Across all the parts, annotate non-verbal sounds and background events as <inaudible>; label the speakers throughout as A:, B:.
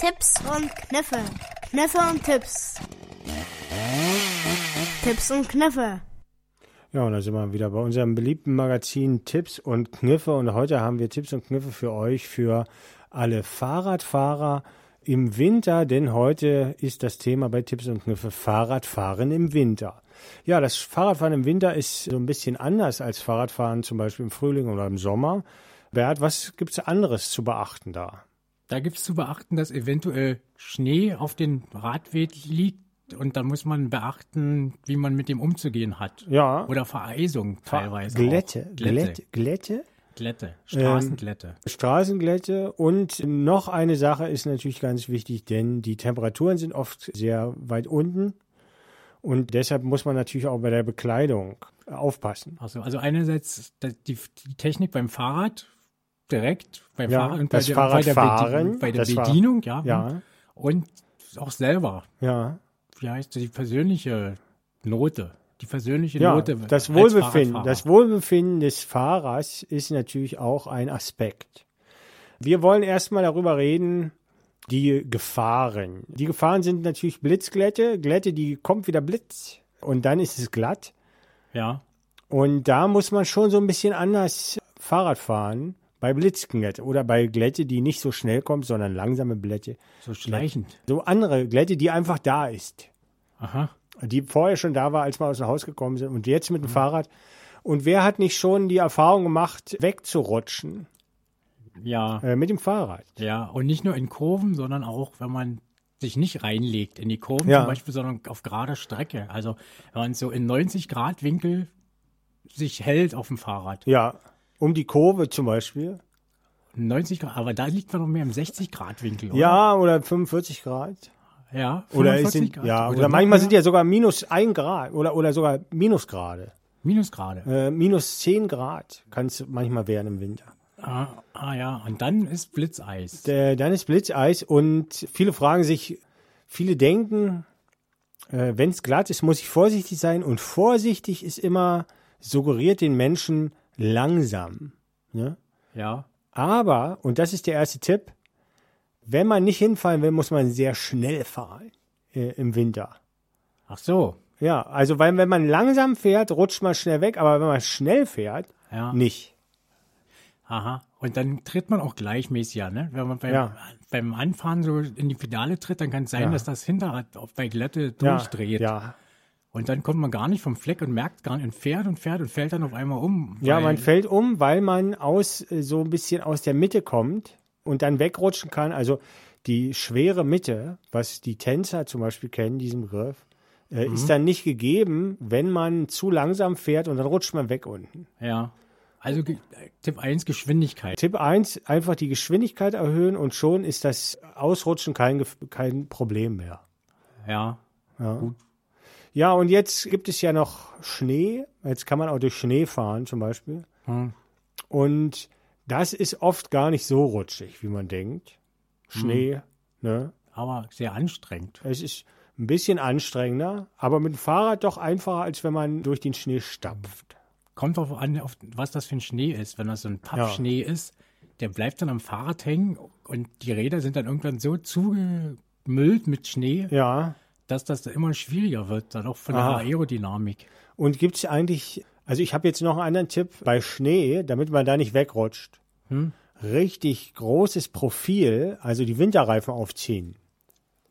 A: Tipps und Kniffe. Kniffe und Tipps. Tipps und Kniffe.
B: Ja, und da sind wir wieder bei unserem beliebten Magazin Tipps und Kniffe. Und heute haben wir Tipps und Kniffe für euch, für alle Fahrradfahrer im Winter, denn heute ist das Thema bei Tipps und Kniffe Fahrradfahren im Winter. Ja, das Fahrradfahren im Winter ist so ein bisschen anders als Fahrradfahren zum Beispiel im Frühling oder im Sommer. Bert, was gibt's anderes zu beachten da?
C: Da gibt es zu beachten, dass eventuell Schnee auf den Radweg liegt und dann muss man beachten, wie man mit dem umzugehen hat.
B: Ja.
C: Oder Vereisung teilweise. auch.
B: Glätte, Glätte, Ähm.
C: Glätte.
B: Glätte,
C: Glätte. Straßenglätte.
B: Straßenglätte und noch eine Sache ist natürlich ganz wichtig, denn die Temperaturen sind oft sehr weit unten und deshalb muss man natürlich auch bei der Bekleidung aufpassen.
C: Also, also einerseits da- die, die Technik beim Fahrrad direkt beim
B: Ja,
C: Fahrrad
B: das
C: bei der, bei der,
B: Fahrradfahren,
C: Bedien- bei der
B: das Fahr-
C: Bedienung, ja,
B: Ja,
C: Und auch selber,
B: ja,
C: wie heißt die persönliche Note, die persönliche
B: ja.
C: Note.
B: Das
C: als
B: Wohlbefinden,
C: Fahrradfahrer.
B: das Wohlbefinden des Fahrers ist natürlich auch ein Aspekt. Wir wollen erstmal darüber reden, die Gefahren. Die Gefahren sind natürlich Blitzglätte, Glätte, die kommt wieder Blitz und dann ist es glatt.
C: ja,
B: Und da muss man schon so ein bisschen anders Fahrrad fahren. Bei Blitzglätte oder bei Glätte, die nicht so schnell kommt, sondern langsame Glätte.
C: so schleichend.
B: So andere Glätte, die einfach da ist.
C: Aha.
B: Die vorher schon da war, als wir aus dem Haus gekommen sind und jetzt mit dem Fahrrad. Und wer hat nicht schon die Erfahrung gemacht, wegzurutschen
C: Ja,
B: äh, mit dem Fahrrad?
C: ja. Und nicht nur in Kurven, sondern auch, wenn man sich nicht reinlegt in die Kurven
B: Ja.
C: zum Beispiel, sondern auf gerader Strecke. Also wenn man so in 90 Grad Winkel sich hält auf dem Fahrrad.
B: Ja, um die Kurve zum Beispiel.
C: 90 Grad, aber da liegt man noch mehr im 60 Grad Winkel, oder?
B: Ja, oder 45 Grad.
C: ja 45
B: Oder, es sind,
C: Grad.
B: ja, oder,
C: noch
B: manchmal sind
C: mehr.
B: ja sogar minus ein Grad oder, oder sogar Minusgrade.
C: Minusgrade.
B: Äh, minus 10 Grad kann es manchmal werden im Winter.
C: Ah, ah ja, und dann ist Blitzeis.
B: Der, dann ist Blitzeis und viele fragen sich, viele denken, äh, wenn es glatt ist, muss ich vorsichtig sein. Und vorsichtig ist immer, suggeriert den Menschen langsam. Ne?
C: ja,
B: Aber, und das ist der erste Tipp, wenn man nicht hinfallen will, muss man sehr schnell fahren äh, im Winter.
C: ach so.
B: Ja, also weil wenn man langsam fährt, rutscht man schnell weg, aber wenn man schnell fährt,
C: Ja,
B: nicht.
C: aha. Und dann tritt man auch gleichmäßig an, ne? Wenn man beim,
B: Ja.
C: beim Anfahren so in die Pedale tritt, dann kann es sein,
B: Ja.
C: dass das Hinterrad auf- bei Glätte
B: Ja,
C: durchdreht.
B: Ja,
C: Und dann kommt man gar nicht vom Fleck und merkt gar nicht und fährt und fährt und fällt dann auf einmal um.
B: Ja,
C: weil-
B: man fällt um, weil man aus äh, so ein bisschen aus der Mitte kommt und dann wegrutschen kann. Also die schwere Mitte, was die Tänzer zum Beispiel kennen, diesen Begriff, äh, ist dann nicht gegeben, wenn man zu langsam fährt und dann rutscht man weg unten.
C: Ja. Also ge- äh, Tipp 1, Geschwindigkeit.
B: Tipp 1, einfach die Geschwindigkeit erhöhen und schon ist das Ausrutschen kein, Gef- kein Problem mehr.
C: Ja.
B: Ja, und jetzt gibt es ja noch Schnee. Jetzt kann man auch durch Schnee fahren zum Beispiel.
C: Hm.
B: Und das ist oft gar nicht so rutschig, wie man denkt. Schnee, ne?
C: Aber sehr anstrengend.
B: Es ist ein bisschen anstrengender, aber mit dem Fahrrad doch einfacher, als wenn man durch den Schnee stampft.
C: Kommt drauf an, auf, was das für ein Schnee ist. Wenn das so ein Pappschnee ist, der bleibt dann am Fahrrad hängen und die Räder sind dann irgendwann so zugemüllt mit Schnee,
B: Ja.
C: dass das immer schwieriger wird, dann auch von
B: Aha.
C: der Aerodynamik.
B: Und gibt es eigentlich, also ich habe jetzt noch einen anderen Tipp bei Schnee, damit man da nicht wegrutscht. Richtig großes Profil, also die Winterreifen aufziehen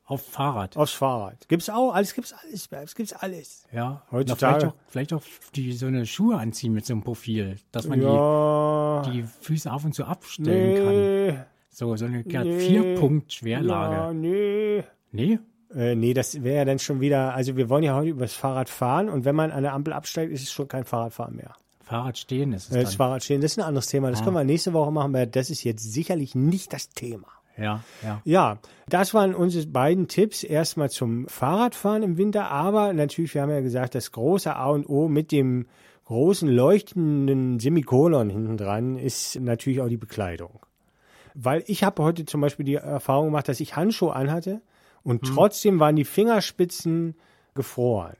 C: Auf Fahrrad.
B: aufs Fahrrad. Gibt's auch, alles gibt's alles, es gibt's alles.
C: Ja,
B: Heutzutage-
C: Na, vielleicht, auch, vielleicht auch die so eine Schuhe anziehen mit so einem Profil, dass man
B: ja.
C: die, die Füße auf und zu abstellen kann.
B: nee,
C: So, so eine
B: Nee. ja,
C: Vier-Punkt-Schwerlage.
B: nee.
C: Nee?
B: Äh, nee, das wäre ja dann schon wieder, also wir wollen ja heute über das Fahrrad fahren und wenn man an der Ampel absteigt, ist es schon kein Fahrradfahren mehr.
C: Fahrrad stehen ist es
B: Äh, Das
C: dann. Ah.
B: Fahrrad stehen, das ist ein anderes Thema. Das können wir nächste Woche machen, weil das ist jetzt sicherlich nicht das Thema.
C: Ja, ja.
B: Ja, das waren unsere beiden Tipps erstmal zum Fahrradfahren im Winter, aber natürlich, wir haben ja gesagt, das große A und O mit dem großen leuchtenden Semikolon hinten dran ist natürlich auch die Bekleidung. Weil ich habe heute zum Beispiel die Erfahrung gemacht, dass ich Handschuhe anhatte
C: Mhm.
B: und trotzdem waren die Fingerspitzen gefroren.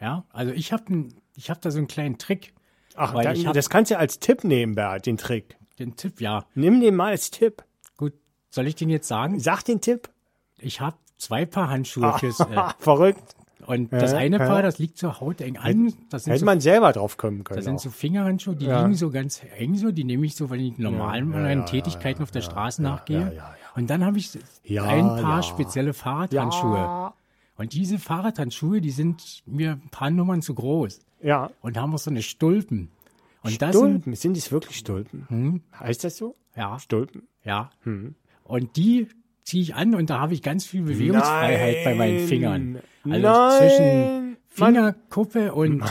C: Ja, also ich habe ich hab da so einen kleinen Trick.
B: Ach,
C: Weil
B: da,
C: ich hab-
B: das kannst du als Tipp nehmen, Bert, den Trick.
C: Den Tipp, ja.
B: Nimm den mal als Tipp.
C: Gut, Soll ich den jetzt sagen?
B: Sag den Tipp. Ah,
C: Ich habe zwei Paar Handschuhe
B: <laughs>
C: fürs. Äh,
B: Verrückt.
C: und das
B: Ja,
C: eine
B: ja.
C: Paar, das liegt so hauteng an. Das sind
B: Hätte
C: so
B: man selber drauf kommen
C: Das
B: können.
C: sind
B: Auch.
C: so Fingerhandschuhe, die
B: Ja.
C: liegen so ganz eng so, die nehme ich so, wenn ich normalen
B: ja,
C: meinen
B: ja,
C: Tätigkeiten
B: ja,
C: auf der
B: ja,
C: Straße
B: ja,
C: nachgehe.
B: ja, ja, ja.
C: Und dann habe ich
B: Ja,
C: ein paar
B: ja.
C: spezielle Fahrradhandschuhe. Und diese Fahrradhandschuhe, die sind mir ein paar Nummern zu groß
B: Ja.
C: und haben auch so eine Stulpen. Und das sind, Hm?
B: Stulpen. Sind es wirklich Stulpen? Heißt das so?
C: ja,
B: Stulpen?
C: ja.
B: Hm.
C: Und die ziehe ich an und da habe ich ganz viel Bewegungsfreiheit bei meinen Fingern. Also
B: Nein.
C: zwischen Fingerkuppe und,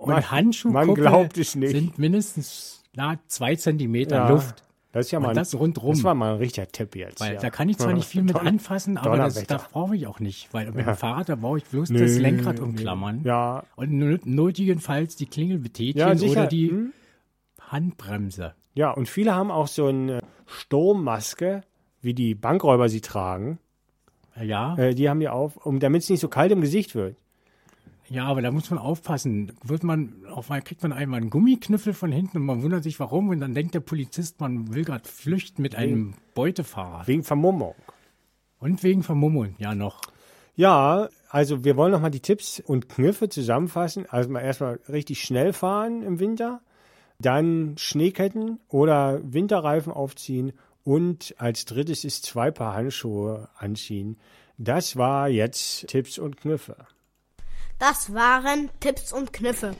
C: und Handschuhkuppe
B: man glaubt es nicht.
C: sind mindestens na, zwei Zentimeter
B: Ja.
C: Luft.
B: Das ist ja mal ein,
C: das rundrum.
B: Das war mal ein richtiger Tipp jetzt.
C: Weil
B: ja.
C: da kann ich zwar nicht
B: <laughs>
C: viel mit anfassen, aber das,
B: Donnerwetter.
C: das brauche ich auch nicht. Weil mit dem Fahrrad, da brauche ich bloß das Lenkrad umklammern.
B: Ja.
C: Und not- notgegenfalls die Klingel
B: Ja,
C: betätigen
B: sicher. Hm?
C: oder die Handbremse.
B: Ja, und viele haben auch so eine Sturmmaske, wie die Bankräuber sie tragen.
C: Ja,
B: Äh, die haben die auf, um, damit es nicht so kalt im Gesicht wird.
C: ja, aber da muss man aufpassen. Wird man, auf einmal kriegt man einmal einen Gummiknüffel von hinten und man wundert sich warum und dann denkt der Polizist, man will gerade flüchten mit einem Beutefahrrad.
B: Wegen Vermummung.
C: Und wegen Vermummung, ja noch.
B: Ja, also wir wollen nochmal die Tipps und Kniffe zusammenfassen. Also mal erstmal richtig schnell fahren im Winter, dann Schneeketten oder Winterreifen aufziehen und als drittes ist zwei Paar Handschuhe anziehen. Das war jetzt Tipps und Kniffe.
A: Das waren Tipps und Kniffe.